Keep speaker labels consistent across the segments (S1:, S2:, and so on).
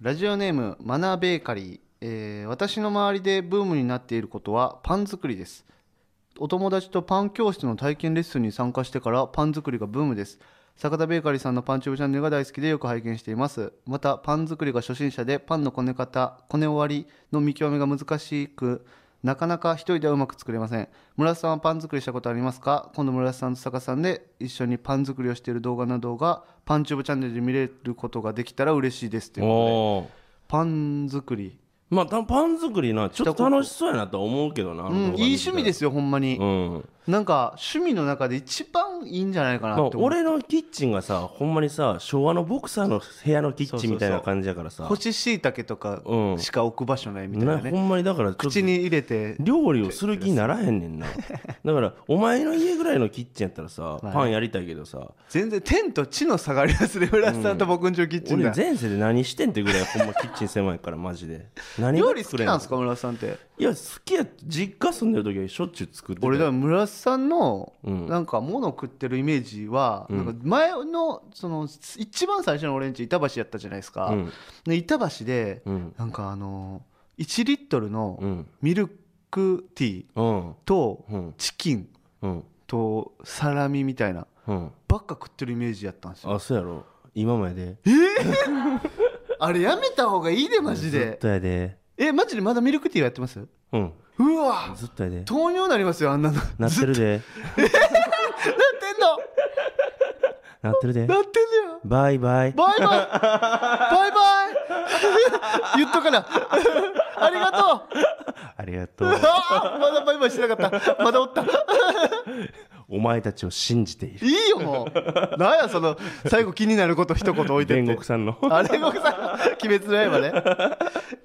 S1: ラジオネームマナーベーカリー、えー私の周りでブームになっていることはパン作りですお友達とパン教室の体験レッスンに参加してからパン作りがブームです坂田ベーカリーさんのパンチューブチャンネルが大好きでよく拝見していますまたパン作りが初心者でパンのこね方こね終わりの見極めが難しくなかなか一人ではうまく作れません村瀬さんはパン作りしたことありますか今度村瀬さんと坂さんで一緒にパン作りをしている動画などがパンチューブチャンネルで見れることができたら嬉しいですということでパ
S2: おー
S1: ン作り、
S2: まあたパン作りなちょっと楽しそうやなとは思うけどな、
S1: うん、いい趣味ですすよほんまに、
S2: うん
S1: なんか趣味の中で一番いいんじゃないかな
S2: ま
S1: って
S2: あ
S1: 思う、
S2: 俺のキッチンがさほんまにさ昭和のボクサーの部屋のキッチンみたい
S1: そうそうそ
S2: な
S1: う
S2: 感じやからさ
S1: 干し椎茸とか
S2: うん
S1: しか置く場所ないみたいな
S2: な
S1: ね、
S2: ほんまにだからちょっと
S1: 口に入れて
S2: 料理をする気にならへんねん なだからお前の家ぐらいのキッチンやったらさ
S1: い
S2: パンやりたいけどさ
S1: 全然天と地の差がありますね村瀬さんと僕んちのキッチン
S2: 俺
S1: が、
S2: 前世で何してんってぐらいほんまキッチン狭いからマ ジで何が
S1: 料理好きなんです
S2: 作
S1: か村瀬さんって
S2: れんのいや好きや実家住んでる時はしょっちゅう作ってた
S1: 俺だから村瀬さんの
S2: うん
S1: なんか物を食ってるイメージは
S2: うん
S1: なんか前のその一番最初の俺んち板橋やったじゃないですか、
S2: うん
S1: で板橋で
S2: うん
S1: なんかあの1リットル
S2: う
S1: の
S2: ん
S1: ミルクティー
S2: うん
S1: と
S2: うん
S1: チキン
S2: うん
S1: とサラミみたいな
S2: うん
S1: ばっか食ってるイメージやったんですよ
S2: あそうやろ今まで
S1: あれやめた方がいいでマジ
S2: ずっ
S1: で
S2: とやで
S1: えマジでまだミルクティーはやってます
S2: うん
S1: うわ
S2: ずっとやで
S1: 糖尿なりますよあ んなのなってん
S2: なってるでなってるで
S1: のなってんのよ
S2: バイバイ
S1: バイバイバイバイ 言っとかなありがとう
S2: ありがとう
S1: あーまだバイバイしてなかったまだおった
S2: お前たちを信じている
S1: いいよもうなんやその最後気になること一言置いて
S2: 煉
S1: って
S2: 獄さ んの
S1: あ煉獄さん鬼滅の刃ね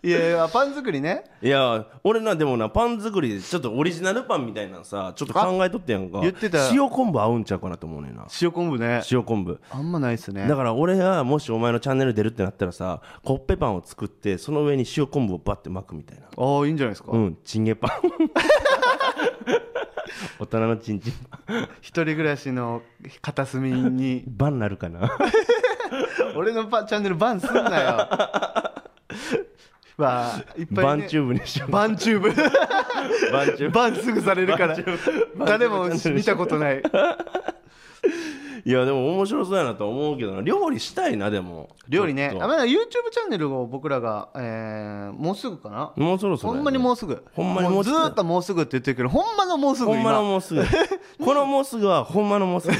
S1: いやいやパン作りね
S2: いや俺なでもなパン作りでちょっとオリジナルパンみたいなんさちょっと考えとってやんか
S1: あ言ってた
S2: 塩昆布合うんちゃうかなと思うねんな
S1: 塩昆布ね
S2: 塩昆布
S1: あんまないっすね
S2: だから俺がもしお前のチャンネル出るってなったらさコッペパンを作ってその上に塩昆布をバッて巻くみたいな
S1: ああいいんじゃないですか、
S2: うんチンゲパン 大人のチンチンパン
S1: 一人暮らしの片隅 に
S2: バンなるかな
S1: 俺のパチャンネルバンすんなよ まあいっぱ
S2: バ
S1: い、ね、
S2: ンチューブにしよ
S1: バンチ ュー
S2: うバンチュー
S1: ブ
S2: ブ
S1: バンすぐされるから誰も見たことない
S2: いやでも面白そうやなと思うけどな料理したいなでも
S1: 料理ね
S2: ちょっと
S1: あまだ YouTube チャンネルを僕らが、えーもうすぐかな
S2: もうそろそろ
S1: ほ
S2: やね
S1: んまにもうすぐ
S2: ほんまにもうす
S1: ず
S2: ぐ
S1: ーっともうすぐって言ってるけどほんまのもうすぐ
S2: ほんまの
S1: 今
S2: もう すぐこのもうすぐはほんまのもうすぐ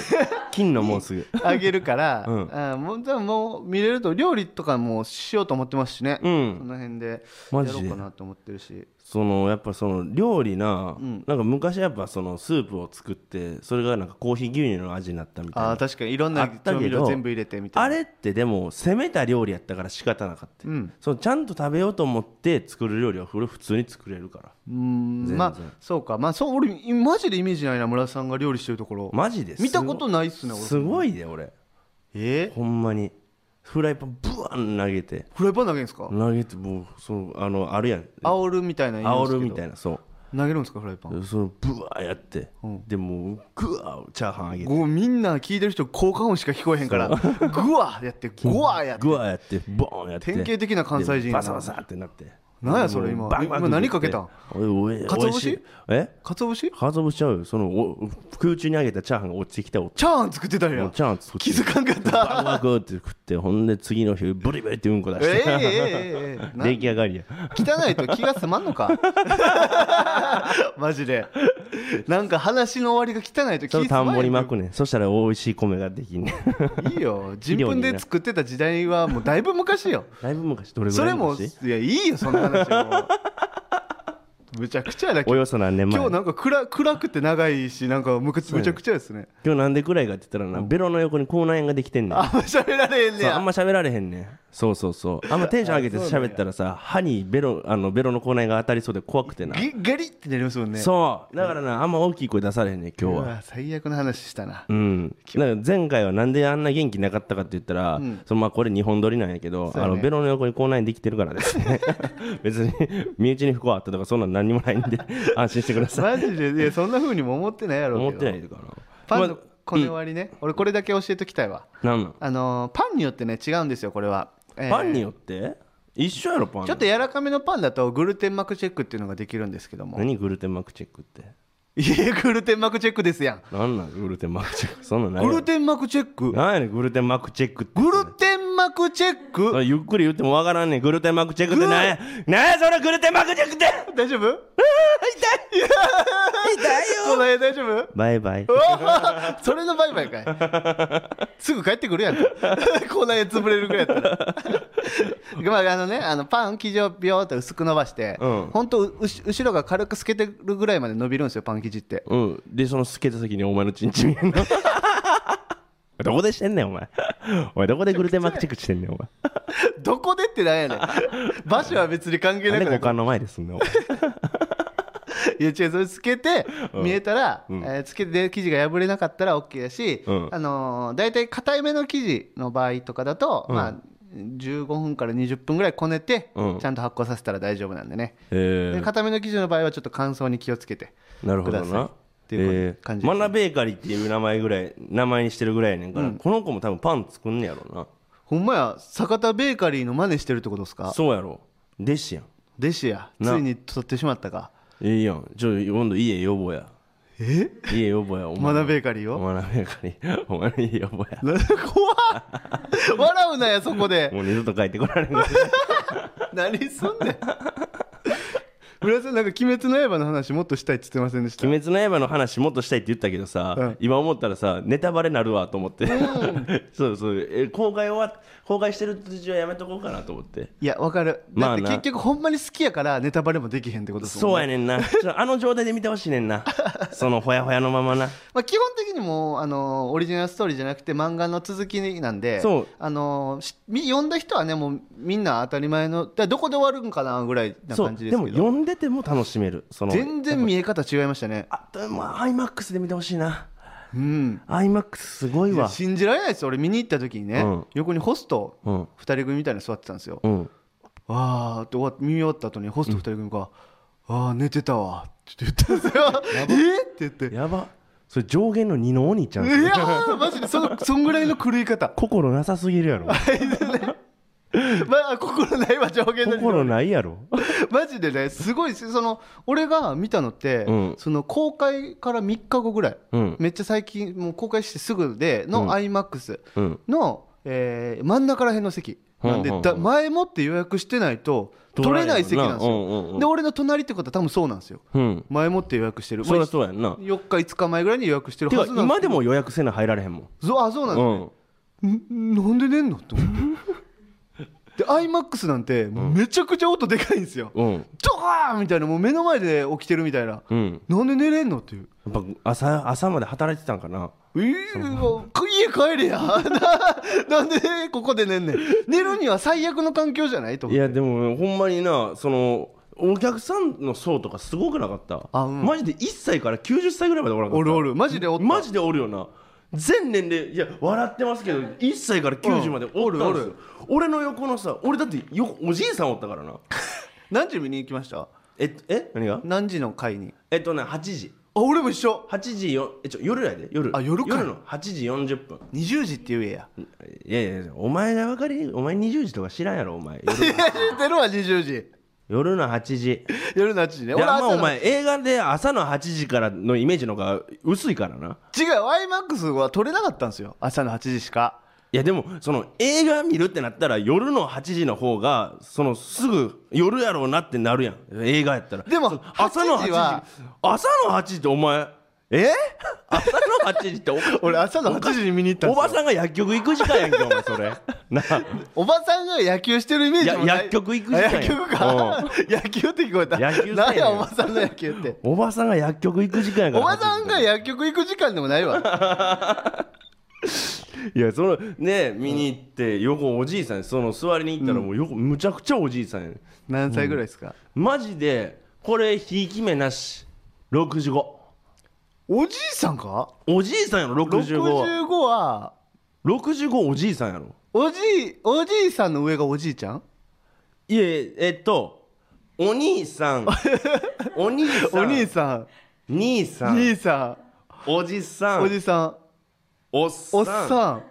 S2: 金のもうす ぐ
S1: あげるから、
S2: うん
S1: あーもうじゃあもう見れると料理とかもしようと思ってますしね、
S2: う
S1: そ
S2: ん
S1: の辺でや
S2: マ
S1: ろ
S2: ジ
S1: う
S2: で
S1: かなと思ってるし
S2: そのやっぱその料理な、
S1: ん
S2: なんか昔やっぱそのスープを作ってそれがなんかコーヒー牛乳の味になったみたい
S1: あ
S2: な
S1: ー確かにいろん
S2: あ
S1: な
S2: っ
S1: 調
S2: たけど
S1: 味料全部入れてみたいな
S2: あれってでも攻めた料理やったから仕方なかった、
S1: うん
S2: そのちゃんと食べようと思って作る料理はこれ普通に作れるから
S1: うーん
S2: 全然
S1: まあそうかまあそう俺いマジでイメージないな村田さんが料理してるところ
S2: マジです
S1: 見たことないっすね俺
S2: すごいで俺
S1: えー
S2: ほんまにフライパンブワン投げて
S1: フライパン投げるんですか
S2: 投げてもうそのあのあるやん
S1: 煽るみたいな
S2: 煽るみた
S1: い
S2: いなそう
S1: な投げるんですかフライパン
S2: そのブワーやって、
S1: うん
S2: でもうグワーチャーハンあげて
S1: ごみんな聞いてる人効果音しか聞こえへんからグワーやってグワーやって
S2: グワーやってボーンやって
S1: 典型的な関西人
S2: で
S1: やな
S2: バサバサってなって
S1: なんやそれ今
S2: バンバン
S1: 今何かけたん
S2: おいおい
S1: 鰹節
S2: おいしいえ
S1: かつお節
S2: かつお節ちゃうよそのお空中に上げたチャーハンが落ちてきたお
S1: チャーハン作ってたん
S2: も
S1: や
S2: うチャーハン作って
S1: 気づかんか った
S2: バンバングーって食ってほんで次の日ブリブリってうんこ出
S1: えー、え
S2: して、
S1: ー、えー、えー、な
S2: 出来上がりや
S1: 汚いと気が済まんのか マジでなんか話の終わりが汚いと気
S2: そ
S1: が済
S2: の
S1: ま
S2: 田
S1: ん
S2: んぼに
S1: よ
S2: 巻くねんそしたら美味しい米ができん ねん
S1: いいよ人分で作ってた時代はもうだいぶ昔 よ
S2: だいぶ昔どれぐ
S1: そ
S2: ら
S1: れ
S2: い
S1: もい
S2: 昔
S1: やいいよそんな話もうむちゃくちゃやな
S2: お
S1: 今
S2: よそ何年前
S1: 日なんか暗暗くて長いしなんかむくむちゃくちゃですね
S2: 今日なんでくらいかって言ったらな、ベロの横に口内炎ができてんねん
S1: あんま喋られへんね
S2: そうあ
S1: や
S2: んま喋られへんねんそうそうそうあんまテンション上げて
S1: あそうなんや
S2: 喋ったらさ歯にベロあのベロの口内が当たりそうで怖くてな
S1: ギガリってなりますもんね
S2: そうだからなあんま大きい声出されへんねん今
S1: う
S2: 日は
S1: わ最悪な話したな
S2: うんだから前回はなんであんな元気なかったかって言ったら、そのまあこれ日本撮りなんやけど、
S1: そう
S2: あ
S1: やね
S2: のベロの横に口内炎できてるからで すね別に身内に不幸あったとかそんなん何にもないん で安心してください
S1: マジでいやそんな風にも思ってないやろう
S2: 思っ
S1: けど
S2: てないから
S1: パン
S2: ま
S1: のこね割りね、俺これだけ教えときたいわ
S2: なんなん
S1: あのーパンによってね違うんですよこれは、えー
S2: パンによって一緒やろパン
S1: ちょっと柔らかめのパンだとグルテン膜チェックっていうのができるんですけども
S2: 何グルテンマークチェックって
S1: いやグルテン膜チェックですやん
S2: なんなんグルテンマークチェックそんなんないや
S1: グ
S2: ろ
S1: ルテン膜チェック
S2: なんやねんグルテンマークチェックって
S1: グルテン膜チェッ
S2: そ
S1: ク
S2: れゆっくり言ってもわからんねんグルテンマークチェックってなんやなんやそのグルテンマークチェックって
S1: 大丈夫痛い痛いよこの辺大丈夫
S2: バイバイ
S1: おー それのバイバイかいすぐ帰ってくるやんか こんなやつぶれるぐらいやったら まああのねあのパン生地をビョーっと薄く伸ばして、
S2: う
S1: ほ
S2: ん
S1: ん、本当後ろが軽く透けてるぐらいまで伸びるんですよパン生地って
S2: うんでその透けた先にお前のチンチン見え んのどこでしてんねんお前おいどこでグルテンマークチェックしてんねんお前
S1: どこでってなん やねん場所は別に関係
S2: な
S1: なん
S2: で
S1: くない
S2: 股間の前ですんの
S1: いや違うそれつけて
S2: うん
S1: 見えたら、
S2: うん
S1: えーつけて生地が破れなかったら OK だし、
S2: うん
S1: あのー、大体硬いめの生地の場合とかだと、まあ15分から20分ぐらいこねて、
S2: うん
S1: ちゃんと発酵させたら大丈夫なんでね、
S2: え
S1: で硬めの生地の場合はちょっと乾燥に気をつけて
S2: なるほど
S1: ください
S2: な。
S1: っていうこ感じです
S2: マナベーカリーっていう名前ぐらい名前にしてるぐらいやねんから、この子も多分パン作んねやろう
S1: ほんまや坂田ベーカリーの真似してるってことです
S2: な
S1: か
S2: そうやろ弟子やん
S1: 弟子やつ
S2: ない
S1: に取ってしまったか
S2: いいやんちょ今度家呼ぼうや
S1: え
S2: 家呼ぼうやお
S1: マ
S2: 前
S1: ナベーカリーを
S2: マナベーカリーお前の家呼ぼうや
S1: 怖っ笑うなやそこ で
S2: もう二度と帰ってこられんから
S1: 何すんねん村井さんなんか「鬼滅の刃」の話もっとしたいっつってませんでした
S2: 鬼滅の刃の話もっとしたいって言ったけどさ、
S1: うん
S2: 今思ったらさネタバレなるわと思って、 そうそうえ公開終わっ公開してる途中はやめとこうかなと思って
S1: いやわかる
S2: ま
S1: だっ
S2: あ
S1: て
S2: な
S1: 結局ほんまに好きやからネタバレもできへんってことです
S2: そ
S1: もん
S2: うやねん なちょあの状態で見てほしいねんなそのほやほやのままな
S1: まあ、基本的にもうあのーオリジナルストーリーじゃなくて漫画の続きなんで
S2: そう
S1: あのーしみ読んだ人はねもうみんな当たり前のだからどこで終わるんかなぐらいな
S2: そう
S1: 感じです
S2: も
S1: けど
S2: 読んでても楽しめるその
S1: 全然見え方違いましたね
S2: あでも iMAX で見てほしいな
S1: うん、
S2: iMAX すごい
S1: いや
S2: わ
S1: 信じられないですよ俺見に行った時にね、
S2: うん
S1: 横にホスト
S2: うん
S1: 2人組みたいなの座ってたんですよ、
S2: うん
S1: わーって終わっ見終わった後にホスト2人組が「ああ寝てたわ」って言ったんですよ「えーって言って「いや
S2: やばそれ上限の2のお兄ちゃんですね
S1: ーマジでそのそんぐらいの狂い方
S2: 心なさすぎる やろ
S1: まあ心ないわ上限の
S2: 心ないやろ
S1: マジでねすごいですその俺が見たのって、
S2: うん
S1: その公開から3日後ぐらい、
S2: うん
S1: めっちゃ最近もう公開してすぐでの、
S2: うん
S1: iMAX
S2: うん
S1: の、えー真ん中ら辺の席なんで、
S2: うんうんうん
S1: だ前もって予約してないと取れない席なんですよ、
S2: うんうんうん
S1: で俺の隣ってことは多分そうなんですよ
S2: うん
S1: 前もって予約してる
S2: そりゃそうやんな
S1: 4日5日前ぐらいに予約してる
S2: て
S1: は
S2: か
S1: ずなん
S2: 今でも予約せな入られへんもん
S1: そうあそうなんです、
S2: うん
S1: んなんで出んのって思 ってで iMAX なんてめちゃくちゃ音でかいんですよ、
S2: うん
S1: ドカーンみたいなもう目の前で起きてるみたいな、
S2: うん
S1: なんで寝れんのっていう
S2: やっぱ朝朝まで働いてたんかな
S1: えー、もう家帰れや ななんでここで寝んねん寝るには最悪の環境じゃないと思
S2: い
S1: う
S2: やでもほんまになそのお客さんの層とかすごくなかった
S1: あうん
S2: マジで1歳から90歳ぐらいまでおらんかった
S1: おるおるマジでおった
S2: マジでおるよな全年齢いや笑ってますけど1歳から90までおったんですよ、俺の横のさ俺だってよおじいさんおったからな
S1: 何時見に行きました
S2: えっとえ何が
S1: 何時の回に
S2: えっとね8時
S1: あ俺も一緒
S2: 8時よえちょ夜やで夜
S1: あ夜か
S2: の8時40分
S1: 20時って言え や
S2: いやいやいやお前が分かりお前20時とか知らんやろお前 夜
S1: いや寝るわ20時
S2: 夜の8時
S1: 夜の8時ね
S2: いやまあ
S1: 朝の
S2: お前映画で朝の8時からのイメージの方が薄いからな
S1: 違う YMAX は撮れなかったんですよ朝の8時しか
S2: いやでもその映画見るってなったら夜の8時の方がそのすぐ夜やろうなってなるやん映画やったら
S1: でも
S2: その朝
S1: 8
S2: の8
S1: 時
S2: 時
S1: は
S2: 朝の8時ってお前 え朝の8時ってお
S1: 俺朝の8時に見に行ったん
S2: お
S1: ですよ
S2: ばさんが薬局行く時間やんけお前それなあ
S1: おばさんが野球してるイメージもな
S2: や
S1: い
S2: 薬局行く時
S1: あ
S2: 間
S1: 野
S2: や
S1: 球か野球って聞こえた
S2: 野球さ
S1: なん
S2: や
S1: やおばさんの野球って
S2: おばさんが薬局行く時間やか
S1: おば
S2: ら
S1: さんが薬局行く時間でもないわ
S2: いやそのね見に行って横おじいさんその座りに行ったらもう横むちゃくちゃおじいさんやねん
S1: 何歳ぐらいですか、
S2: マジでこれひいき目なし65
S1: おじいさんか
S2: おじいさんやろ65は
S1: ?65 は
S2: 65, おじいさんやろ
S1: おじいおじいさんの上がおじいちゃん
S2: いええっとお兄さん お兄さん
S1: お兄さ
S2: 兄さ
S1: ん
S2: ん
S1: 兄さ
S2: おじさ
S1: ん
S2: ん
S1: おじさん
S2: おっさん
S1: おっさん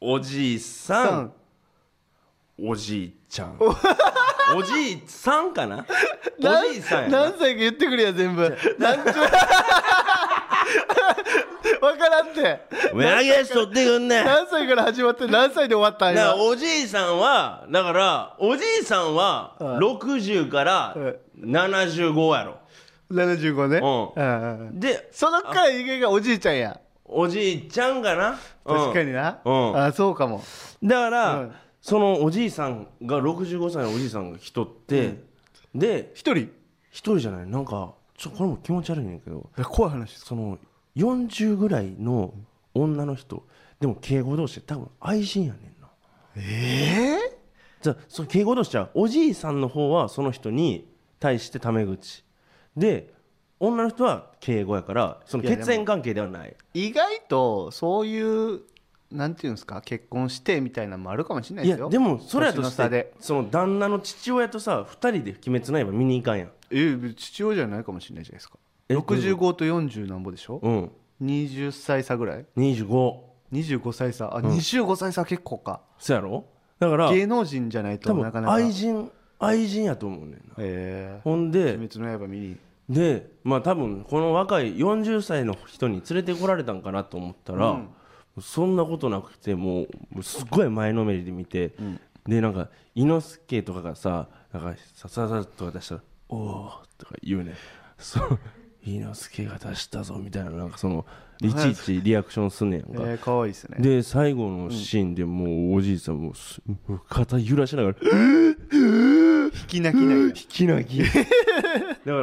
S2: おじいさんおじいちゃんおじいさんか なおじいさんやな
S1: 何歳か言ってくれや全部何ちゅう わからんって
S2: 親ゲストってくんね
S1: 何歳から始まって何歳で終わったん
S2: だか
S1: や
S2: らおじいさんはだからおじいさんは
S1: うん
S2: 60から
S1: うん
S2: 75やろ
S1: 75ね
S2: うん
S1: うんうん
S2: で
S1: そのからいけがおじいちゃんや
S2: おじいちゃんかな
S1: 確か
S2: に
S1: にな
S2: うん
S1: あそうかも
S2: だから、
S1: うん
S2: そのおじいさんが65歳のおじいさんが人って、で
S1: 一人
S2: 一人じゃないなんかちょこれも気持ち悪いねんだけど
S1: え怖い話です
S2: その40ぐらいの女の人でも敬語同士で多分愛人やねんな
S1: ええ
S2: じゃあその敬語同士じゃおじいさんの方はその人に対してタメ口で女の人は敬語やからその
S1: いやでも
S2: 血縁関係ではない
S1: 意外とそういうなんていうんですか結婚してみたいなのもあるかもしれない
S2: い
S1: で
S2: や
S1: すよ
S2: でもそれやと
S1: 年の
S2: し
S1: 差で
S2: てその旦那の父親とさ2人で「鬼滅の刃」見に行かんやん
S1: え父親じゃないかもしれないじゃないですか
S2: え
S1: 65と40なんぼでしょ
S2: うん
S1: 20歳差ぐらい
S2: 25
S1: 25歳差あ、25歳差結構か
S2: そやろだから
S1: 芸能人じゃないと
S2: 多
S1: なかな
S2: 分
S1: か
S2: 愛人愛人やと思うねんな
S1: ええ
S2: ほんで
S1: 鬼滅の刃見に
S2: でまあ多分この若い40歳の人に連れてこられたんかなと思ったら、そんなことなくてもうもうすっごい前のめりで見て、でなんか猪之助とかがさなんかさささっと出したら「おお」とか言うねそう猪之助が出したぞみたいななんかそのいちいちリアクションすんねやん
S1: え
S2: か、
S1: え可愛いですね
S2: で最後のシーンでもうおじいさんもうすもう肩揺らしながら
S1: 引き泣きない
S2: 引きなぎ だか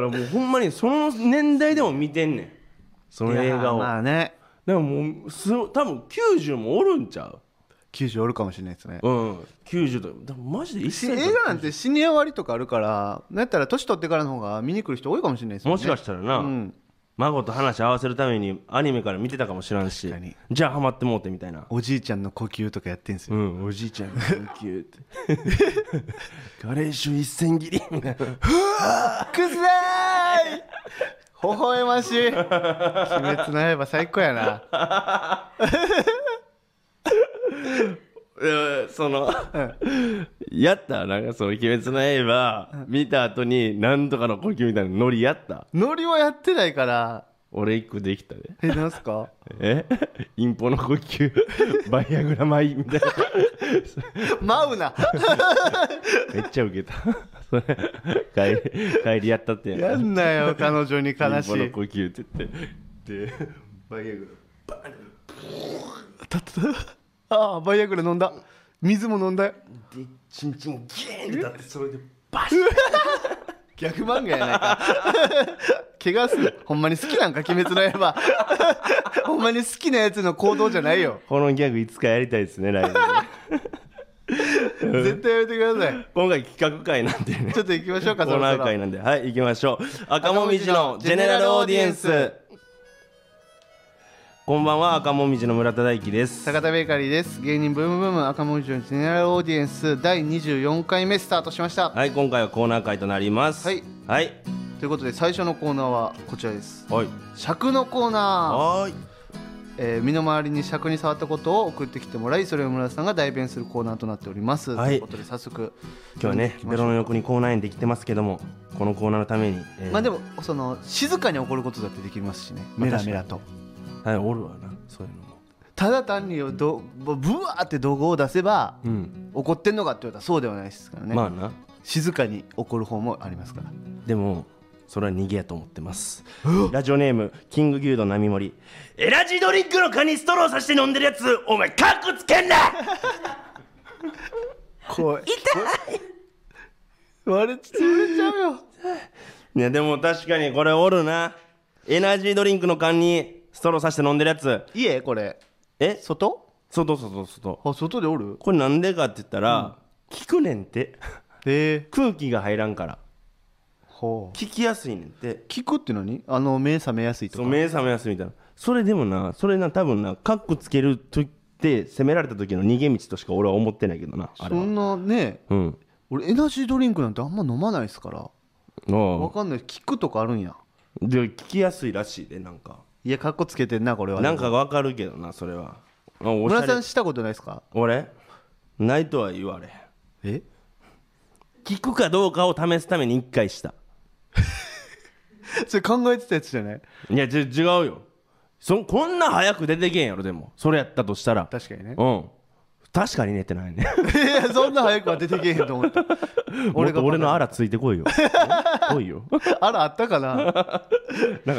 S2: らもうほんまにその年代でも見てんねんその映画を、
S1: いやまあね
S2: でももうす多分90もおるんちゃう
S1: 90おるかもしれないですね
S2: うん90とかでもマジで一
S1: し
S2: 切
S1: 映画なんてシニア割とかあるからなんやったら年取ってからの方が見に来る人多いかもしれないですよね
S2: もしかしたらな、
S1: うん
S2: 孫と話合わせるためにアニメから見てたかもしらんし
S1: 確かに
S2: じゃあハマってもうてみたいな
S1: おじいちゃんの呼吸とかやってんす
S2: う
S1: よ、
S2: んおじいちゃんがキューって ガレーシュ一千切りみたいな
S1: くせーい微笑ましい鬼滅の刃最高やな
S2: うんその、やったなんかその「鬼滅の刃」見た後になんとかの呼吸みたいなノリやった
S1: ノリはやってないから
S2: 俺一個できたで
S1: えなんすか
S2: えインポの呼吸バイアグラ米みたいな
S1: 舞うな
S2: めっちゃウケたそれ帰り帰りやったって
S1: やんな よ彼女に悲し
S2: インポの
S1: い
S2: 呼吸って言ってでバイアグ
S1: ああバイアグラ飲んだ水も飲んだよ
S2: ラでチンチンギーンってなってそれでバシ
S1: 逆漫画やないか 怪我するほんまに好きなんか鬼滅の刃 ほんまに好きなやつの行動じゃないよ
S2: このギャグいつかやりたいですねライブで
S1: 絶対やめてください
S2: 今回企画会なんでね
S1: ちょっと行きましょうか
S2: コーナー会なんではい行きましょう赤もみじのジェネラルオーディエンスこんばんは赤もみじの村田大樹です
S1: 坂田ベーカリーです芸人ブームブーム赤文字のジェネラルオーディエンス第24回目スタートしました、
S2: はい今回はコーナー会となります
S1: はい
S2: はい
S1: ということで最初のコーナーはこちらです
S2: はい
S1: 尺のコーナー、
S2: はい
S1: えー身の回りに尺に触ったことを送ってきてもらいそれを村田さんが代弁するコーナーとなっております、
S2: はい
S1: ということで早速
S2: 今日はねベロの横にコーナー園できてますけどもこのコーナーのために、えー
S1: まあでもその静かに怒ることだってできますしね
S2: まあ
S1: メラメラと
S2: はいおるわなそういうのも
S1: ただ単にどぶわーって怒号を出せば
S2: うん、
S1: 怒ってんのかって言われたらそうではないですからね、
S2: まあな
S1: 静かに怒る方もありますから
S2: でもそれは逃げやと思ってますラジオネームキング牛丼並盛エナジードリンクの蚊にストローさして飲んでるやつお前カッコつけんな
S1: 怖い痛い割れちゃうよ
S2: いやでも確かにこれおるなエナジードリンクの缶にストローさして飲んでるやつ
S1: 家これ
S2: え
S1: 外
S2: 外外外
S1: あ外でおる
S2: これなんでかって言ったら、聞くねんて
S1: え
S2: 空気が入らんから
S1: ー、ほ
S2: 聞きやすいねんて
S1: 聞くって何あの目覚めやすいと
S2: そう
S1: か
S2: 目覚めやすいみたいなそれでもなそれな多分なカッコつけるとって攻められた時の逃げ道としか俺は思ってないけどなあれ
S1: そ
S2: は
S1: んなね
S2: うん
S1: 俺エナジードリンクなんてあんま飲まないですから
S2: あ
S1: わ
S2: あ
S1: かんない聞くとかあるんや
S2: で聞きやすいらしいでなんか
S1: いやかっこつけてんなこれは
S2: なんかわかるけどなそれはあおし
S1: 村
S2: ゃれ
S1: さんしたことないですか
S2: 俺ないとは言われへん
S1: え
S2: 聞くかどうかを試すために1回した
S1: それ考えてたやつじゃない
S2: いやじ違うよそこんな早く出てけんやろでもそれやったとしたら
S1: 確かにね
S2: うん確かにねってないね
S1: いやそんな早くは出てけえへんと思った
S2: 俺
S1: 俺が
S2: 俺のあらついてこい よ来いよ
S1: あらあったかな
S2: なか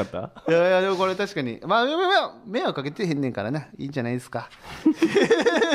S2: った
S1: いやいやでもこれ確かにまあ迷惑かけてへんねんからないいんじゃないですか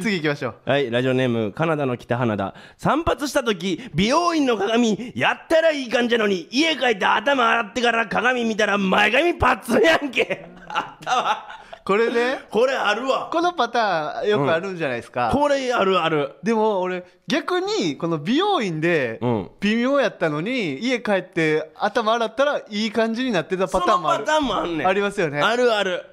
S1: 次行きましょう
S2: はい、ラジオネーム、カナダの北花田。散髪した時、美容院の鏡、やったらいい感じなのに、家帰って頭洗ってから鏡見たら前髪パッツンやんけ。 あったわ。
S1: これね
S2: これあるわ。
S1: このパターンよくあるんじゃないですか、
S2: これあるある。
S1: でも俺逆にこの美容院で
S2: うん
S1: 微妙やったのに家帰って頭洗ったらいい感じになってたパターンもある
S2: そのパターンもあんねん。
S1: ありますよね
S2: あるある。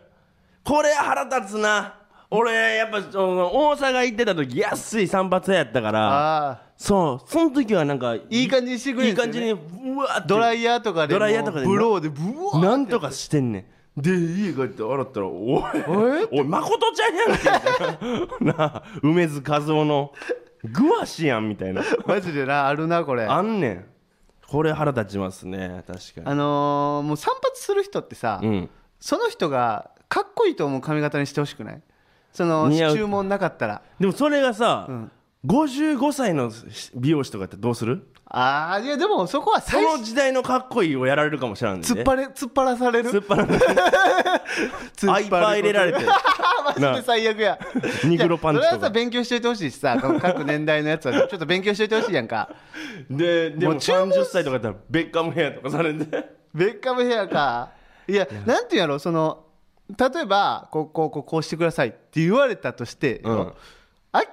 S2: これ腹立つな。俺、やっぱ、その大阪行ってた時、安い散髪屋やったから、
S1: あ
S2: そう、その時はなんか、い
S1: いい感じにしてくれ
S2: い
S1: る
S2: い
S1: んです
S2: 感
S1: よ
S2: じ
S1: ね
S2: に、うわーって
S1: ドライヤーとかで
S2: ドライヤーとかで
S1: もうブローでブワーって
S2: なんとかしてんねんで家帰って洗ったら「おい
S1: え
S2: おい誠ちゃんやんけ」 みたいななあ梅津和夫の「グワシやん」みたいな
S1: マジでなあるなこれあ
S2: あんねんこれ腹立ちますね確か
S1: のー、もう散髪する人ってさ、
S2: にうん
S1: その人がかっこいいと思う髪型にしてほしくないその
S2: 似合う
S1: 注文なかったら
S2: でもそれがさ、
S1: ん
S2: 55歳の美容師とかってどうする
S1: あーいやでもそこは
S2: そ
S1: 最
S2: の
S1: 初
S2: 時代のかっこいいをやられるかもしれないんで
S1: 突っ張れ突っ張らされる
S2: 突っ張られ
S1: 突っ張
S2: アイパー入れら れて
S1: マジで最悪や
S2: ニグロパンチ
S1: いやそれはさ
S2: とか
S1: 勉強しといてほしいしさこの各年代のやつはちょっと勉強しといてほしいやんか
S2: ででも
S1: もう注文
S2: 30歳とかだったらベッカムヘアとかされて
S1: ベッカムヘアかいやなんていうんやろその例えばこうこうこうこうしてくださいって言われたとして、
S2: うん
S1: 明らか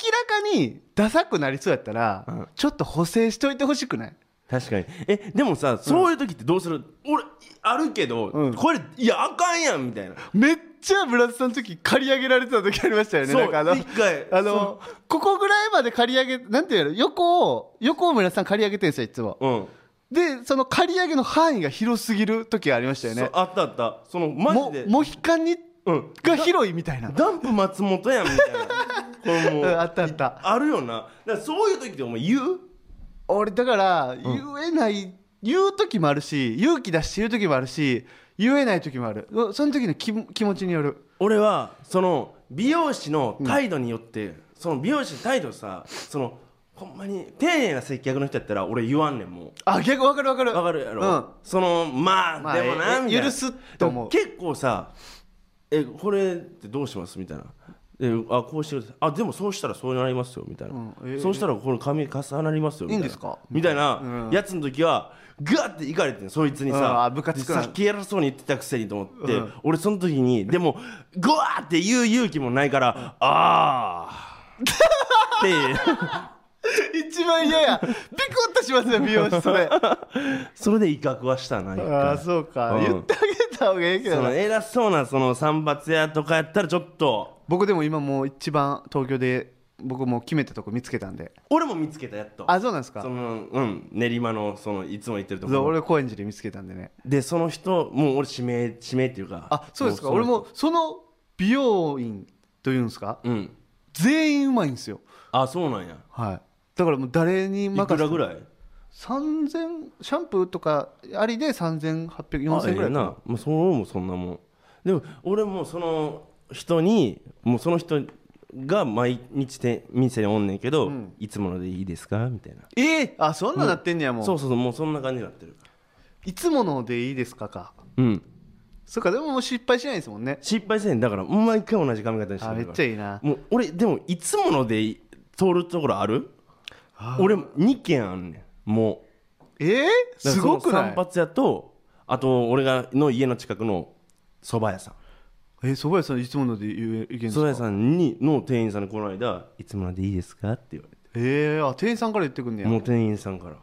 S1: にダサくなりそうやったら、
S2: ん
S1: ちょっと補正しといてほしくない
S2: 確かにえでもさ、そういう時ってどうする俺いあるけど、
S1: うん
S2: これいやあかんやんみたいな、
S1: めっちゃブラスさんの時刈り上げられてた時ありましたよね
S2: そう
S1: なんかあの
S2: 一回
S1: あのここぐらいまで刈り上げなんていうんやろ横を横を村田さん刈り上げてるんですよいつも
S2: うん、
S1: でその刈り上げの範囲が広すぎる時がありましたよ
S2: そう
S1: ね
S2: あったあったそのマ
S1: も
S2: ジで
S1: モヒカンに
S2: うん、
S1: が広いみたいな、うん、
S2: ダンプ松本やんみたいなこ れもう
S1: あったあった
S2: あるよなだからそういう時ってお前言う
S1: 俺だから言えない、言う時もあるし勇気出して言う時もあるし言えない時もあるうその時の気も気持ちによる
S2: 俺はその美容師の態度によって、その美容師の態度さそのほんまに丁寧な接客の人やったら俺言わんねんもう
S1: あ逆わかるわかる
S2: わかるやろ、
S1: うん
S2: そのまあ、
S1: まあ
S2: でもな
S1: え
S2: みたいな
S1: 許すと思う
S2: でも結構さ「えこれってどうします?」みたいな「えあこうしてくださいあでもそうしたらそうなりますよ」みたいな、
S1: うんえ
S2: そうしたらこの髪重なりますよ」みたいない
S1: いんですか
S2: みたいな
S1: うん
S2: やつの時はガッていかれてんそいつに
S1: うん
S2: さ
S1: あムカつくな
S2: さっき偉そうに言ってたくせにと思って、
S1: うん
S2: 俺その時にでもゴワーって言う勇気もないから「あー」って
S1: 一番嫌やピクッとしますよ美容室であ
S2: それで威嚇はしたな一回
S1: あそうか、
S2: うん
S1: 言ってあげた方がいいけ
S2: そ
S1: ど
S2: の
S1: な
S2: 偉そうなその散髪屋とかやったらちょっと
S1: 僕でも今もう一番東京で僕もう決めたとこ見つけたんで
S2: 俺も見つけたやっと
S1: あそうなんですか
S2: そ
S1: そ
S2: のうん練馬のそのいつも行ってるとこ
S1: う俺高円寺で見つけたんでね
S2: でその人もう俺指名指名っていうか
S1: あそうですか
S2: も
S1: 俺
S2: その
S1: もその美容院というんですか、
S2: 人うん
S1: 全員うまいんですよ
S2: あそうなんや
S1: はいだからもう誰に
S2: い
S1: 任
S2: く
S1: せ
S2: らぐ
S1: い
S2: らい
S1: 3000シャンプーとかありで
S2: あえ
S1: 38004,000ぐ
S2: え
S1: らいかな
S2: なもうそのもそんなもんでも俺もその人にもうその人が毎日て店におんねんけど、
S1: うん
S2: いつものでいいですかみたいな
S1: ええあそんなんなってんねやもう
S2: そうそうそうもうそんな感じになってる
S1: いつものでいいですかか
S2: うん
S1: そっかでももう失敗しないですもんね
S2: 失敗せんだから毎回同じ髪型にして
S1: あ
S2: るか
S1: め
S2: ら
S1: っちゃいいな
S2: もう俺でもいつものでい通るところある俺2軒あんねんも
S1: ええ
S2: うだ
S1: す
S2: からその
S1: ごくない
S2: 散髪屋とあと俺がの家の近くの蕎麦屋さん
S1: え蕎麦屋さんいつもので言えいけんで
S2: 蕎麦屋
S1: すか
S2: さんにの店員さんにこの間「いつものでいいですか?」って言われて
S1: ええあ店員さんから言ってくんねや
S2: もう店員さんから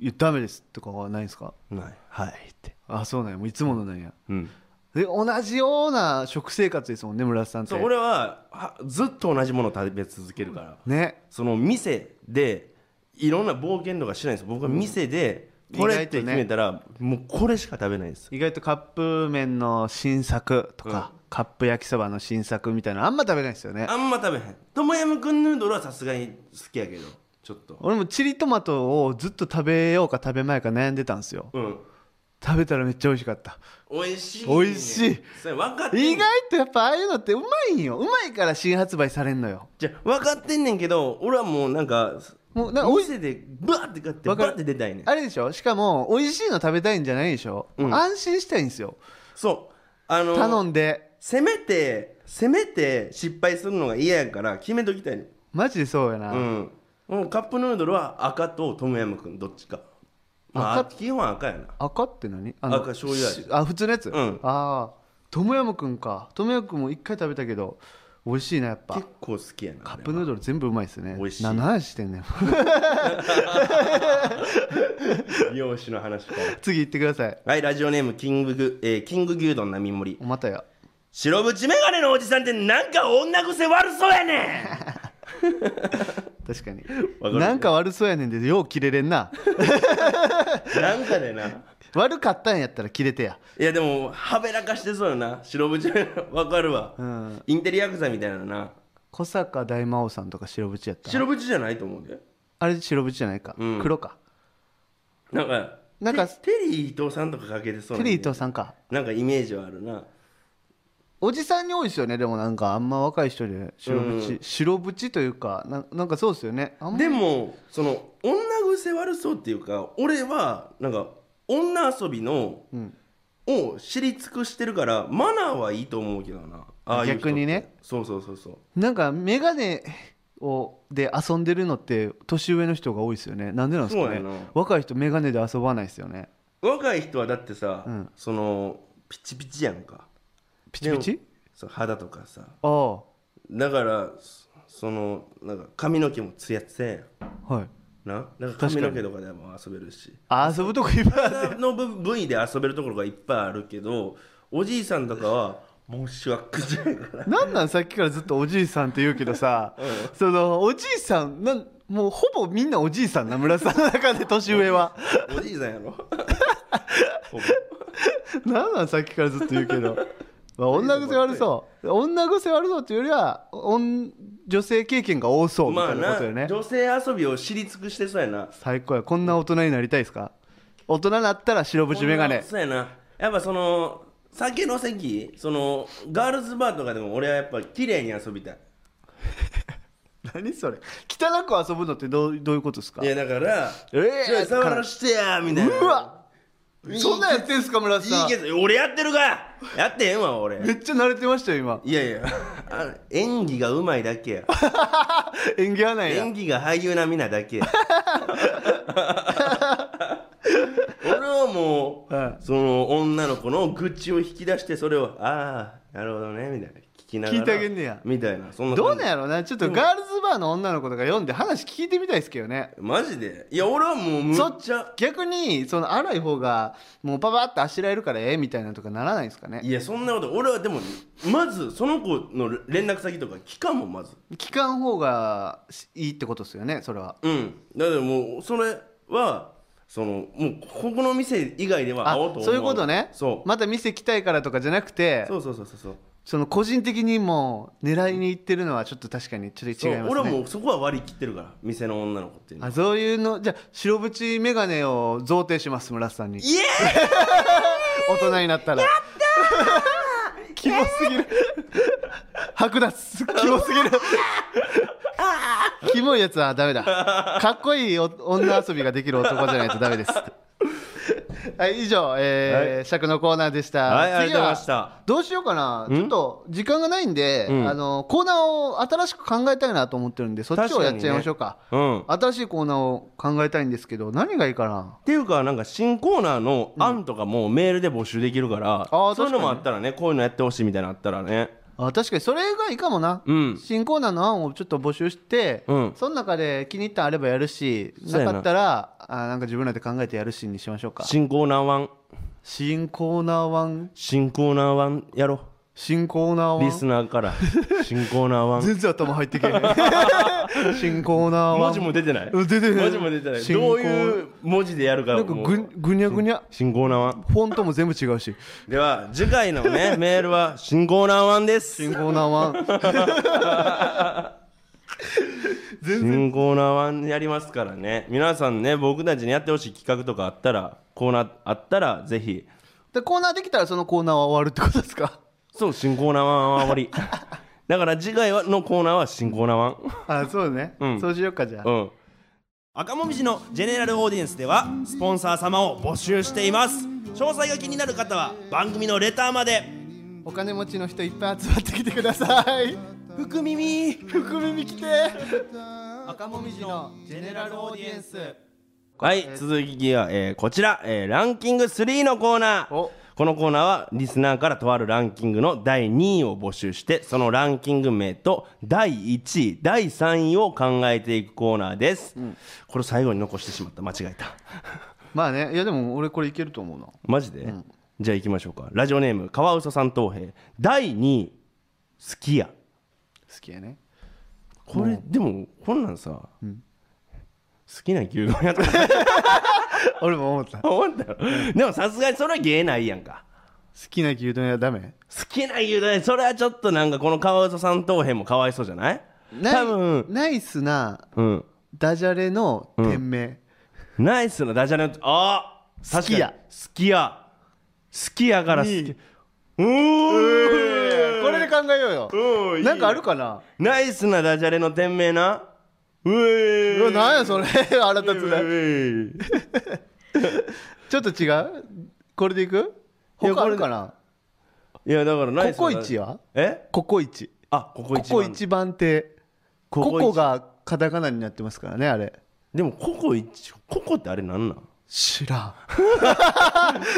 S1: いやダメですとかはないんですか
S2: 「ないはい」って
S1: あそうなんやもういつものなんや
S2: うん
S1: え同じような食生活ですもんね村田さんって
S2: そう俺ははずっと同じものを食べ続けるから
S1: ね
S2: その店でいろんな冒険とかしないんです僕は店で
S1: うん
S2: これって
S1: 意外と
S2: 決
S1: ね
S2: めたらもうこれしか食べないんです
S1: 意外とカップ麺の新作とか、カップ焼きそばの新作みたいなのあんま食べないですよね
S2: あんま食べへんトムヤムクンヌードルはさすがに好きやけどちちょっと
S1: 俺もチリトマトをずっと食べようか食べまいか悩んでたんですよ
S2: うん
S1: 食べたらめっちゃ美味しかった
S2: 美味しい
S1: 美味しい
S2: それ分かってんね
S1: 意
S2: ん
S1: 外とやっぱああいうのってうまいんようまいから新発売されんのよ
S2: じゃあ分かってんねんけど俺はもうなんか
S1: もうなんかおい
S2: 店でバーって買ってバ
S1: わかる
S2: ーって出たいねん
S1: あれでしょしかも美味しいの食べたいんじゃないでしょ、
S2: うん
S1: 安心したいんですよ
S2: そうあの
S1: 頼んで
S2: せめてせめて失敗するのが嫌やから決めときたいねん
S1: マジでそうやな、
S2: うん、うん、カップヌードルは赤とトムヤムくんどっちかまあ
S1: 赤
S2: 基本赤やな
S1: 赤って何
S2: 赤醤油味
S1: しあ普通のやつ、
S2: うん
S1: ああトムヤムくんかトムヤムくんも一回食べたけど美味しいなやっぱ
S2: 結構好きやな
S1: カップヌードル全部うまいっすね
S2: 美味しい
S1: な何してんねん
S2: 美容師の話から
S1: 次行ってください
S2: はいラジオネームキンググ、えーキング牛丼並盛り
S1: おまたや
S2: 白縁眼鏡のおじさんってなんか女癖悪そうやね
S1: 確かに
S2: わかる
S1: なんか悪そうやねんでようキレれんな
S2: んなんかでな
S1: 悪かったんやったらキレてや
S2: いやでもはべらかしてそうよな白縁眼鏡わかるわ、
S1: ん
S2: インテリヤクザみたいなのな
S1: 小坂大魔王さんとか白縁やった
S2: 白縁じゃないと思うで
S1: あれ白縁じゃないか、
S2: うん
S1: 黒か
S2: なんか
S1: なんか
S2: テテリー伊藤さんとかかけてそう
S1: テ
S2: な
S1: リー伊藤さんか
S2: なんかイメージはあるな
S1: おじさんに多いですよねでもなんかあんま若い人で白縁、
S2: うん
S1: 白縁というかななんかそうですよねあんま
S2: でもその女癖悪そうっていうか俺はなんか女遊びの、を知り尽くしてるからマナーはいいと思うけどなああいう人って
S1: 逆にね
S2: そうそうそうそう
S1: なんか眼鏡をで遊んでるのって年上の人が多いですよねなんでなんですかね
S2: そうやな
S1: 若い人眼鏡で遊ばないですよね
S2: 若い人はだってさ、
S1: ん
S2: そのピチピチやんか
S1: ピチピチ
S2: そう肌とかさ
S1: ああ
S2: だからそそのなんか髪の毛もツヤツヤやん
S1: はい
S2: ななんか髪の毛とかでも遊べるし
S1: あ遊ぶとこいっぱいある
S2: 体の部部位で遊べるところがいっぱいあるけどおじいさんとかはもうしわっくじゃないから
S1: なんなんさっきからずっとおじいさんって言うけどさ、そのおじいさんなんもうほぼみんなおじいさんな村さんの中で年上は
S2: おじいさん やろほぼ
S1: なんなんさっきからずっと言うけど、まあ、女癖悪そう女癖悪そうっていうよりはおん女性経験が多そうみ
S2: ま
S1: た
S2: あ
S1: いな
S2: な
S1: ことよね、
S2: 女性遊びを知り尽くしてそうやな
S1: 最高やこんな大人になりたいですか大人になったら白縁眼鏡
S2: そうやなやっぱその酒の席そのガールズバーとかでも俺はやっぱ綺麗に遊びたい
S1: 何それ汚く遊ぶのってどうどういうことですか
S2: いやだから
S1: えー
S2: ちょい触らしてやみたいな
S1: うわそんなんやってんすか村
S2: い
S1: 瀬さ
S2: い
S1: ん
S2: けど俺やってるかやってへんわ俺
S1: めっちゃ慣れてましたよ今
S2: いやいやあ演技がうまいだけや
S1: 演技はないや
S2: 演技が俳優なみなだ け俺はもう、
S1: は
S2: その女の子の愚痴を引き出してそれをああなるほどねみたいな聞きながら
S1: 聞いてあげんねや
S2: みたいなそんな感
S1: ど
S2: じ
S1: うなんやろうなちょっとガールズバーの女の子とか読んで話聞いてみたいですけどね
S2: マジでいや俺はもうむっ
S1: そっ
S2: ちゃ
S1: 逆にその荒い方がもうパパってあしらえるからええみたいなのとかならないですかね
S2: いやそんなこと俺はでもまずその子の連絡先とか聞かんもんまず
S1: 聞かん方がいいってことですよねそれは
S2: うんだからもうそれはそのもうここの店以外では
S1: あ
S2: 会おうと思う
S1: そういうことね
S2: そう、
S1: また店来たいからとかじゃなくて
S2: そうそうそうそうそう
S1: その個人的にも狙いに行ってるのはちょっと確かにちょっと
S2: そ
S1: 違
S2: う
S1: いますね
S2: 俺はもうそこは割り切ってるから店の女の子っていうのは
S1: あそういうのじゃあ白縁眼鏡を贈呈します村瀬さんに
S2: イエ
S1: 大人になったらやったーキモすぎる剥奪キモすぎるキモいやつはダメだかっこいいお女遊びができる男じゃないとダメですはい以上、えー尺のコーナーでした、
S2: はいあり
S1: 次
S2: がとうござい
S1: は
S2: ました
S1: どうしようかなちょっと時間がないんで、
S2: うん
S1: あのコーナーを新しく考えたいなと思ってるんでそっちをやっちゃいましょうか
S2: うんっ
S1: 新しいコーナーを考えたいんですけど何がいいかな
S2: ていうかなんか新コーナーの案とかもメールで募集できるから、
S1: ー
S2: そういうのもあ
S1: 確かに
S2: ったらねこういうのやってほしいみたいなのあったらね
S1: あ確かにそれがいいかもな、
S2: うん
S1: 新コーナーの案をちょっと募集して、
S2: うん
S1: その中で気に入ったんあればやるし
S2: そう
S1: な
S2: やな
S1: かったらあなんか自分らで考えてやるしにしましょうか
S2: 新コーナー1
S1: 新コーナー1
S2: 新コーナー1やろ
S1: 新コーナー
S2: リス
S1: 1
S2: ナーから 新コーナー1
S1: 全然頭入って けへん新コーナー1
S2: 文字も出てない
S1: うん出てない
S2: 文字も出てない
S1: 新
S2: ど
S1: コ
S2: う
S1: ーナー
S2: いう文字でやるか
S1: なんか
S2: もう
S1: ぐぐにゃぐにゃ
S2: 新コーナー
S1: フォントも全部違うし
S2: 1では次回の ねメールは新コーナー1です
S1: 新コーナー1
S2: 新コーナーワンやりますからね皆さんね僕たちにやってほしい企画とかあったらコーナーあったらぜひ
S1: でコーナーできたらそのコーナーは終わるってことですか
S2: そう新コーナーワンは終わりだから次回はのコーナーは新コーナーワン
S1: あそうね、
S2: ん
S1: そうしようかじゃあ、
S2: うん
S3: 赤もみじのジェネラルオーディエンスではスポンサー様を募集しています詳細が気になる方は番組のレターまで
S1: お金持ちの人いっぱい集まってきてください
S3: 福耳
S1: 福耳来て
S3: 赤もみじのジェネラルオーディエンス
S2: はい続きは、えーこちら、えーランキング3のコーナー
S1: お
S2: このコーナーはリスナーからとあるランキングの第2位を募集してそのランキング名と第1位第3位を考えていくコーナーです、これ最後に残してしまった間違えた
S1: まあねいやでも俺これいけると思うな
S2: マジで、じゃあ行きましょうかラジオネームカワウソさん東平第2位すき家
S1: 好きや ね
S2: これ、でもこんなんさ、好きな牛丼やとか
S1: 俺も思った好
S2: 思ったよでもさすがにそれは芸ないやんか
S1: きな牛丼屋ダメ
S2: 好きな牛丼それはちょっとなんかこのカワウソさん等編もかわいそうじゃない
S1: ない
S2: 多分
S1: ナイスな
S2: うん
S1: ダジャレの店名、
S2: ナイスなダジャレのあー
S1: 好きや
S2: 確かに好きや好きやから好
S1: いいう
S2: きうーん
S1: これで考えようよ、
S2: うんいい
S1: なんかあるかな、
S2: ナイスなダジャレの店名なう
S1: う
S2: え
S1: わなんやそれ 腹立つね
S2: うえ
S1: ちょっと違うこれでいく
S2: いや
S1: 他あるかない
S2: やだからナイスな
S1: ココイチは
S2: え
S1: ココイチ
S2: あここ
S1: コ
S2: 一
S1: コ
S2: 番
S1: 一番亭コ
S2: ココイチ
S1: コがカタカナになってますからねあれ
S2: でもここ一ここってあれなんなん
S1: 知ら ん
S2: そう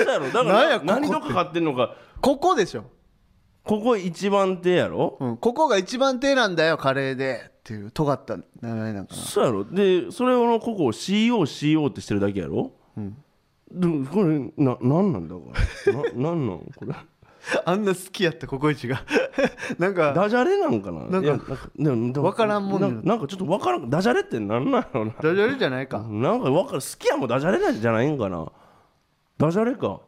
S2: やろだか
S1: なんや
S2: ら
S1: ここって
S2: 何とか買ってんのか
S1: ここでしょ、
S2: ここ一番手やろ
S1: うん、ここが一番亭なんだよカレーでっていう尖った名前なんかな
S2: そうやろでそれをのここを COCO ってしてるだけやろうんでこれななんなんだこれななんなんこれ
S1: あんな好きやったココイチが なんか
S2: ダジャレなんかな
S1: なんか
S2: いやでもでも
S1: わからんもん
S2: な
S1: になっ
S2: なんかちょっとわからんダジャレってなんなんやろな
S1: ダジャレじゃないか、
S2: なんかわかる好きやもダジャレなんじゃないんかなダジャレか好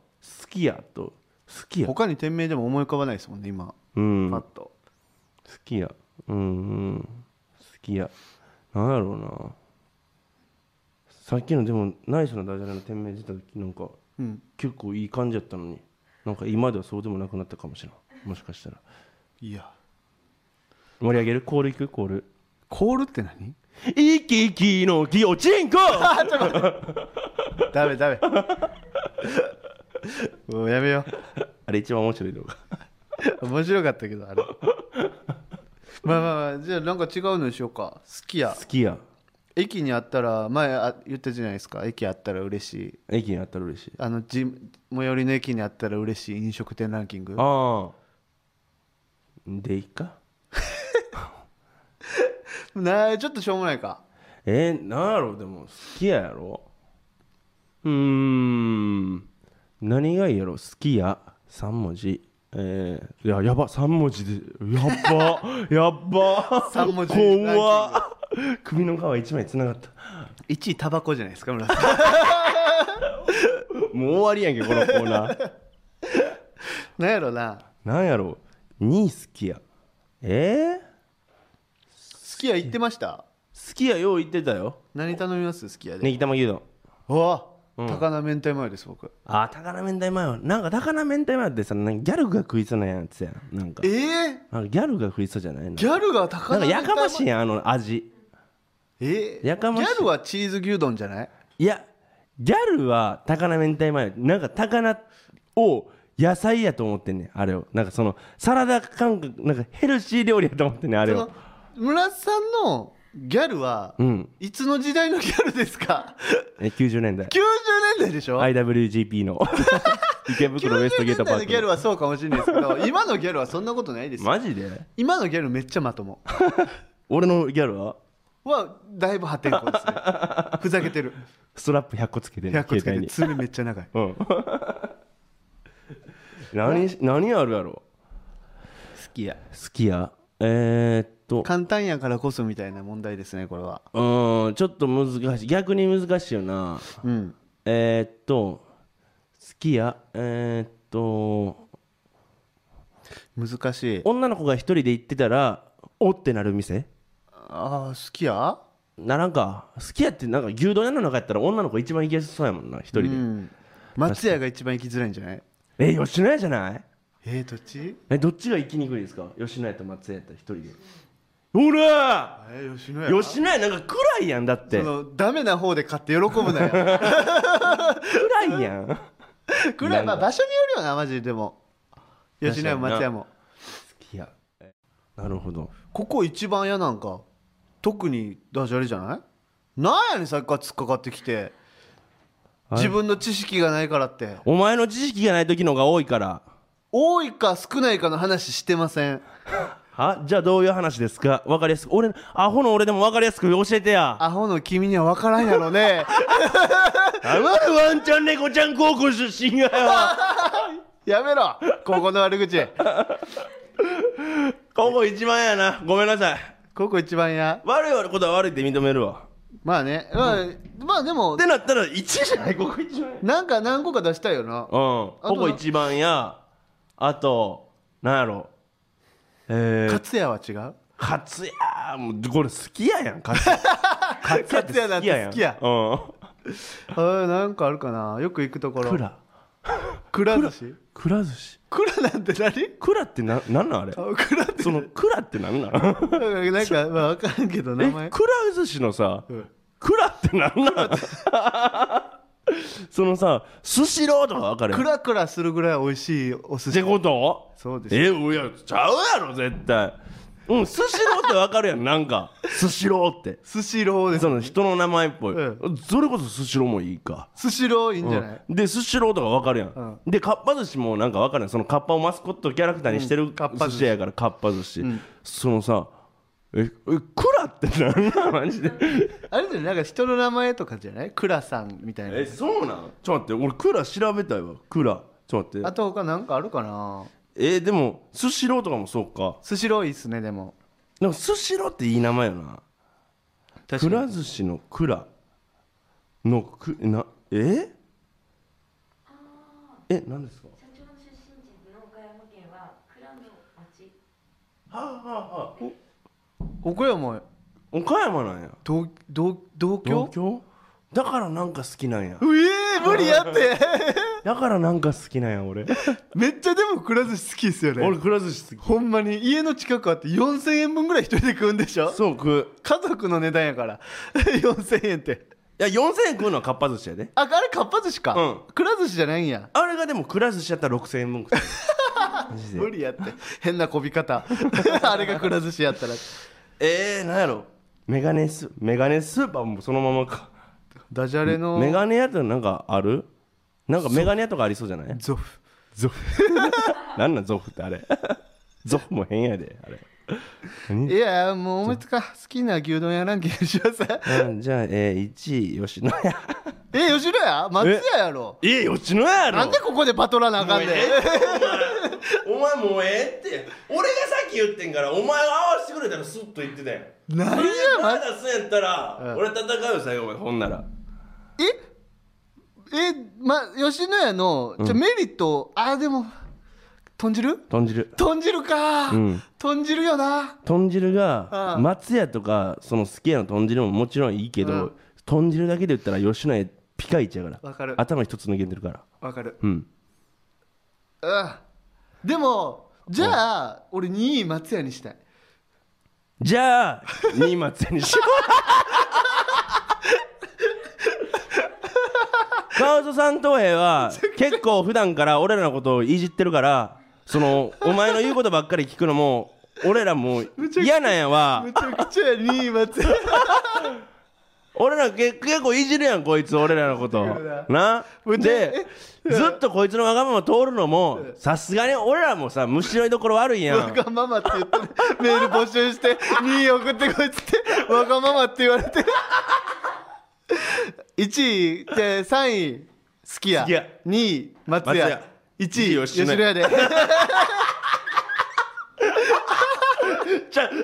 S2: きやと好きや
S1: 他に店名でも思い浮かばないですもんね今
S2: うん
S1: パッ
S2: 好
S1: と、
S2: きやうんうん好きやなんやろうなさっきのでもナイスなダジャレの店名出た時なんか
S1: うん、
S2: 結構いい感じやったのになんか今ではそうでもなくなったかもしれんもしかしたら
S1: いや
S2: 盛り上げるコールいくコール
S1: コールって何
S2: イキキのキオチン コ
S1: ダメダメ もうやめよ
S2: あれ一番面白い動画
S1: う面白かったけどあれまあまあまあじゃあなんか違うのにしようか好きや
S2: 好きや
S1: 駅にあったら前あ言ったじゃないですか駅あったら嬉しい
S2: 駅にあったら嬉しい
S1: あのじ最寄りの駅にあったら嬉しい飲食店ランキング
S2: ああでいいか
S1: なちょっとしょうもないか
S2: えー、なんやろうでも好きややろうーん何がいいやろ好きや3文字えー、いややば3文字でやっ ばやっば
S1: 三文字
S2: 怖っ首の皮一枚つながった
S1: 1位タバコじゃないですか村さん
S2: もう終わりやんけこのコーナー
S1: なんやろな
S2: なんやろう2好きやえー、
S1: すき家行ってました
S2: 好きやよう言ってたよ
S1: 何頼みますすき家で、
S2: ねぎ玉牛丼
S1: うわ、高菜明太マヨです僕
S2: あー高菜明太マヨなんか高菜明太マヨってさなんかギャルが食いそうなやつやんなんか
S1: えー、
S2: なんかギャルが食いそうじゃないの
S1: ギャルが
S2: な
S1: 高
S2: ん
S1: 菜明
S2: かや
S1: 太
S2: か
S1: マヨ
S2: ましいやんあの味
S1: え
S2: やかましい
S1: ギャルはチーズ牛丼じゃない
S2: いやギャルは高菜明太マヨなんか高菜を野菜やと思ってんねんあれをなんかそのサラダ感覚なんかヘルシー料理やと思ってんねんあ
S1: そ
S2: れを
S1: の村さんのギャルは、
S2: うん
S1: いつの時代のギャルですか
S2: え90年代
S1: 90年代でしょ
S2: IWGP の池袋ウエストゲートパ
S1: 90年代のギャ
S2: ー
S1: ル
S2: ク
S1: はそうかもしれないですけ ど今のギャルはそんなことないですよ
S2: マジで
S1: 今のギャルめっちゃまとも
S2: 俺のギャルは
S1: はだいぶ破天荒ですねふざけてる
S2: ストラップ100個つけてんねん
S1: 100個つけて
S2: 携帯
S1: る
S2: に
S1: 爪めっちゃ 長い
S2: うん 何し何あるやろ
S1: 好きや
S2: 好きやえー、っと
S1: 簡単やからこそみたいな問題ですねこれは
S2: うーんちょっと難しい逆に難しいよな
S1: うん
S2: えー、っと好きやえー、っと
S1: 難しい
S2: 女の子が一人で行ってたらおってなる店
S1: ああー好きや
S2: ならんか好きやってなんか牛丼屋の中やったら女の子一番いけそうやもんな一人で、
S1: うん松屋が一番行きづらいんじゃない
S2: え吉野家じゃない
S1: えー、どっち
S2: えどっちが行きにくいですか吉野家と松屋やったら一人でほら
S1: えー、吉野家
S2: 吉野家なんか暗いやんだって
S1: そのダメな方で買って喜ぶ なよ
S2: 暗いや ん好
S1: くらいまあ場所によるよなマジででも吉野家も松屋も
S2: きやなるほど
S1: ここ一番嫌なんか特にダジャレじゃないなんやねんさっきから突っかかってきて
S2: い
S1: 自分の知識がないからって
S2: お前の知識がない時の方が多いから
S1: 多いか少ないかの話してません
S2: はじゃあどういう話ですか分かりやすく俺アホの俺でも分かりやすく教えてや
S1: アホの君には分からんやろね
S2: あまるワンちゃん猫ちゃん高校出身がよ
S1: やめろここの悪口
S2: 高校一番やなごめんなさい
S1: ここ一番や
S2: 悪いことは悪いって認めるわ
S1: まあねまあ、まあでも
S2: ってなったら1じゃないここ一番や
S1: なんか何個か出したいよな
S2: うん
S1: あとな
S2: ここ一番やあとなんやろえー
S1: 勝也は違う
S2: カツヤもうこれ好きややんカツ ヤカツヤって好きややん
S1: カツヤだって
S2: 好
S1: あーなんかあるかなよく行くとこ
S2: き
S1: ろ
S2: うんクラ
S1: くら寿司
S2: クラ寿司
S1: くらなんて何
S2: クラってななんなんあれ
S1: あくらって
S2: そのクラってなんなん
S1: なんかまあ分からんけど名
S2: え
S1: 前
S2: クラ寿司のさ
S1: うん
S2: クラってなん なんそのさスシローとか分かるや
S1: ク
S2: んっ
S1: ラクラするぐらい美味しいお寿司
S2: てこと
S1: そうです
S2: えいやちゃうやろ絶対うんスシローって分かるやんなんかスシローって
S1: スシローです
S2: その人の名前っぽい、
S1: う
S2: それこそスシローもいいか
S1: スシローいいんじゃない、
S2: でスシローとかわかるやん、でかっぱ寿司もなんかわかるやんそのかっぱをマスコットキャラクターにしてる
S1: かっぱ寿司
S2: 寿司屋やからかっぱ寿司、そのさええクラってなんなんマジで
S1: あれだよねなんか人の名前とかじゃないクラさんみたいな
S2: えそうなんちょっと待って俺クラ調べたいわクラちょっと待っ
S1: あ
S2: て
S1: と他なんかあるかな
S2: えでもスシローとかもそうか
S1: スシローいいっすねでも
S2: でもスシローっていい名前よなくら寿司のくらのくなええ何ですか
S4: 社長の出身地の岡山県は蔵の町
S1: 岡山
S2: 岡山なんや
S1: 同同同
S2: 東
S1: 居
S2: 京だからなんか好きなんや
S1: うえー、無理やって
S2: だからなんか好きなんや俺
S1: めっちゃでもくら寿司好きですよ
S2: 俺
S1: ね
S2: くら寿司好
S1: ほんまに家の近くあって4000円分ぐらい一人で食うんでしょ
S2: きそう食う
S1: 家族の値段やから 4000円って
S2: いや4000円食うのはかっぱ寿司やで
S1: ああれかっぱ寿司か、
S2: う
S1: くら寿司じゃないんや
S2: あれがでもくら寿司やったら6000円分食うマジ
S1: 無
S2: で
S1: 理やって変なこび方 あれがくら寿司やったら
S2: えー、なんやろメガネスメガネスーパーもそのままか
S1: ダジャレの
S2: メガネ屋ってなんかあるなんかメガネ屋とかありそうじゃない
S1: ゾフ
S2: ゾフ なんなんゾフってあれ ゾフも変やであれ
S1: いやもう思いつかん好きな牛丼屋ランキングにしません
S2: うんじゃあ、えー、1位吉野家
S1: え吉野家松屋やろ
S2: え吉野家やろ
S1: なんでここでバトらなあかんねん
S2: お前 お前もうええって俺がさっき言ってんからお前が合わせてくれたらスッと言ってたやん
S1: 何や
S2: まだ出すんやったら、俺戦うよ最後までほんなら
S1: ええま吉野家のじゃメリット、あでも豚汁
S2: 豚汁
S1: 豚汁か、
S2: うん
S1: 豚汁よな
S2: 豚汁が
S1: うん
S2: 松屋とかそのすき家の豚汁ももちろんいいけど、
S1: うん
S2: 豚汁だけで言ったら吉野家ピカイチやから
S1: わかる
S2: 頭一つ抜けてるから
S1: わかる
S2: うん
S1: うんでもじゃあ俺2位松屋にしたい
S2: じゃあ新松屋にしよう川戸さん東平は結構普段から俺らのことをいじってるからそのお前の言うことばっかり聞くのも俺らもう嫌なんやわ
S1: むちゃくちゃ2位松屋
S2: 俺らけ結構いじるやんこいつ俺らのことな
S1: むちゃ
S2: でずっとこいつのわがまま通るのもさすがに俺らもさむしろいどころ悪いや
S1: わ
S2: ん
S1: がままって言ってメール募集して2位送ってこいっつってわがままって言われて1位で3位すき家
S2: すき家
S1: 2位松
S2: 松
S1: 屋
S2: 屋
S1: 1位
S2: 一位
S1: 吉
S2: 吉
S1: 野
S2: 野
S1: 家
S2: 家
S1: で
S2: じゃでも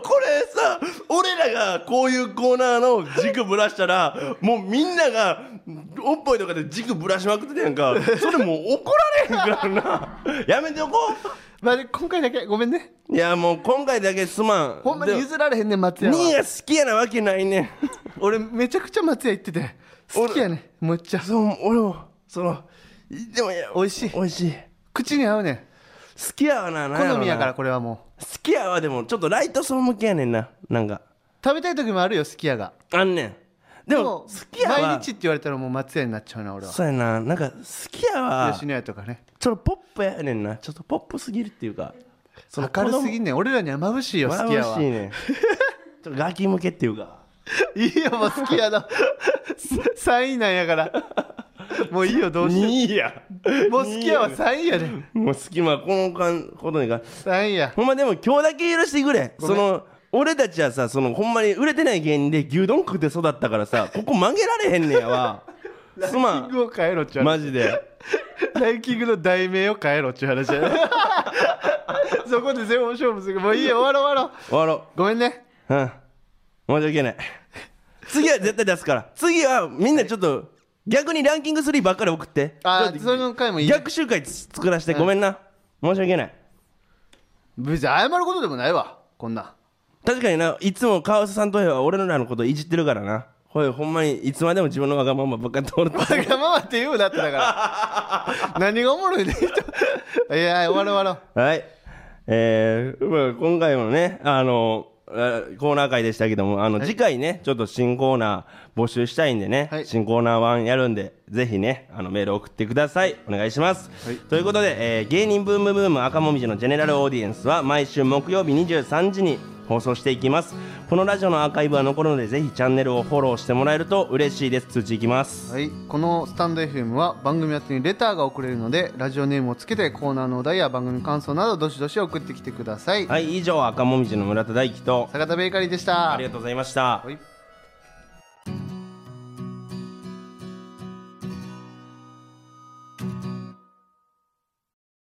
S2: これさ俺らがこういうコーナーの軸ぶらしたらもうみんながおっぽい とかで軸ぶらしまくってたやんかそれもう怒られへんからなやめておこう
S1: まあ、で今回だけごめんね
S2: いやもう今回だけすまん
S1: ほんまに譲られへんねん松
S2: で
S1: 屋
S2: も兄
S1: は
S2: が好きやなわけないねん
S1: 俺めちゃくちゃ松屋行ってて好きやねんむっちゃ
S2: そう俺もそのでもいや
S1: 美味しい
S2: 美味しい
S1: 口に合うねん
S2: 好きやわななんやろな
S1: 好みやからこれはもう
S2: 好きやわでもちょっとライト層向けやねんななんか
S1: 食べたい時もあるよすき家が
S2: あんねんでも好
S1: う
S2: きやわ
S1: 毎日って言われたらもう松屋になっちゃうな俺は
S2: そうやななんか好きやわ
S1: 吉野家とかね
S2: ちょっとポップやねんなちょっとポップすぎるっていうかその
S1: 明るすぎんねん俺らには眩しいよ
S2: 子
S1: 好
S2: 供
S1: き
S2: 眩
S1: やは
S2: しいねんちょっとガキ向けっていうか
S1: いいよもう好きや の3位なんやからもういいよどうし
S2: いいや
S1: てもう好きやは3位やで
S2: もう隙間このかんことにか
S1: 3位や
S2: ほんまでも今日だけ許してくれ
S1: ごめ
S2: そ
S1: ん
S2: の俺たちはさそのほんまに売れてない芸人で牛丼食って育ったから さここ曲げられへんねやわすま
S1: ランキングを変えろっちゅ
S2: ん
S1: う話
S2: マジで
S1: ランキングの題名を変えろっちゅう話や ねそこで全部勝負するもういいよ終わろう終わろ
S2: 終わろ
S1: うごめんね
S2: ううん申し訳ない次は絶対出すから次はみんなちょっと逆にランキング3ばっかり送って
S1: あ
S2: ちょ
S1: ー
S2: っ
S1: それの回も
S2: と
S1: いい
S2: 逆周回つ作らせてごめんな、申し訳ない
S1: 別に謝ることでもないわこんな
S2: 確かにないつも川瀬さんとへは俺らのこといじってるからなほいほんまにいつまでも自分のわがままばっかり通るって
S1: わがままって言うなってだから 何がおもろいねん人いや終わろう終わろう
S2: はい。えーまあ、今回もね、あの、えーコーナー会でしたけども、あの、次回ね、ちょっと新コーナー募集したいんでね、
S1: はい
S2: 新コーナー1やるんで、ぜひね、あの、メール送ってください。お願いします。ということで、えー芸人ブームブーム赤もみじのジェネラルオーディエンスは、毎週木曜日23時に放送していきます。このラジオのアーカイブは残るので、ぜひチャンネルをフォローしてもらえると嬉しいです。通知いきます。
S1: はい、このスタンド FM は番組宛てにレターが送れるのでラジオネームをつけてコーナーのお題や番組感想などどしどし送ってきてください、
S2: はい、以上、赤もみじの村田大樹と、
S1: 坂田ベーカリーでした
S2: ありがとうございました。
S1: はい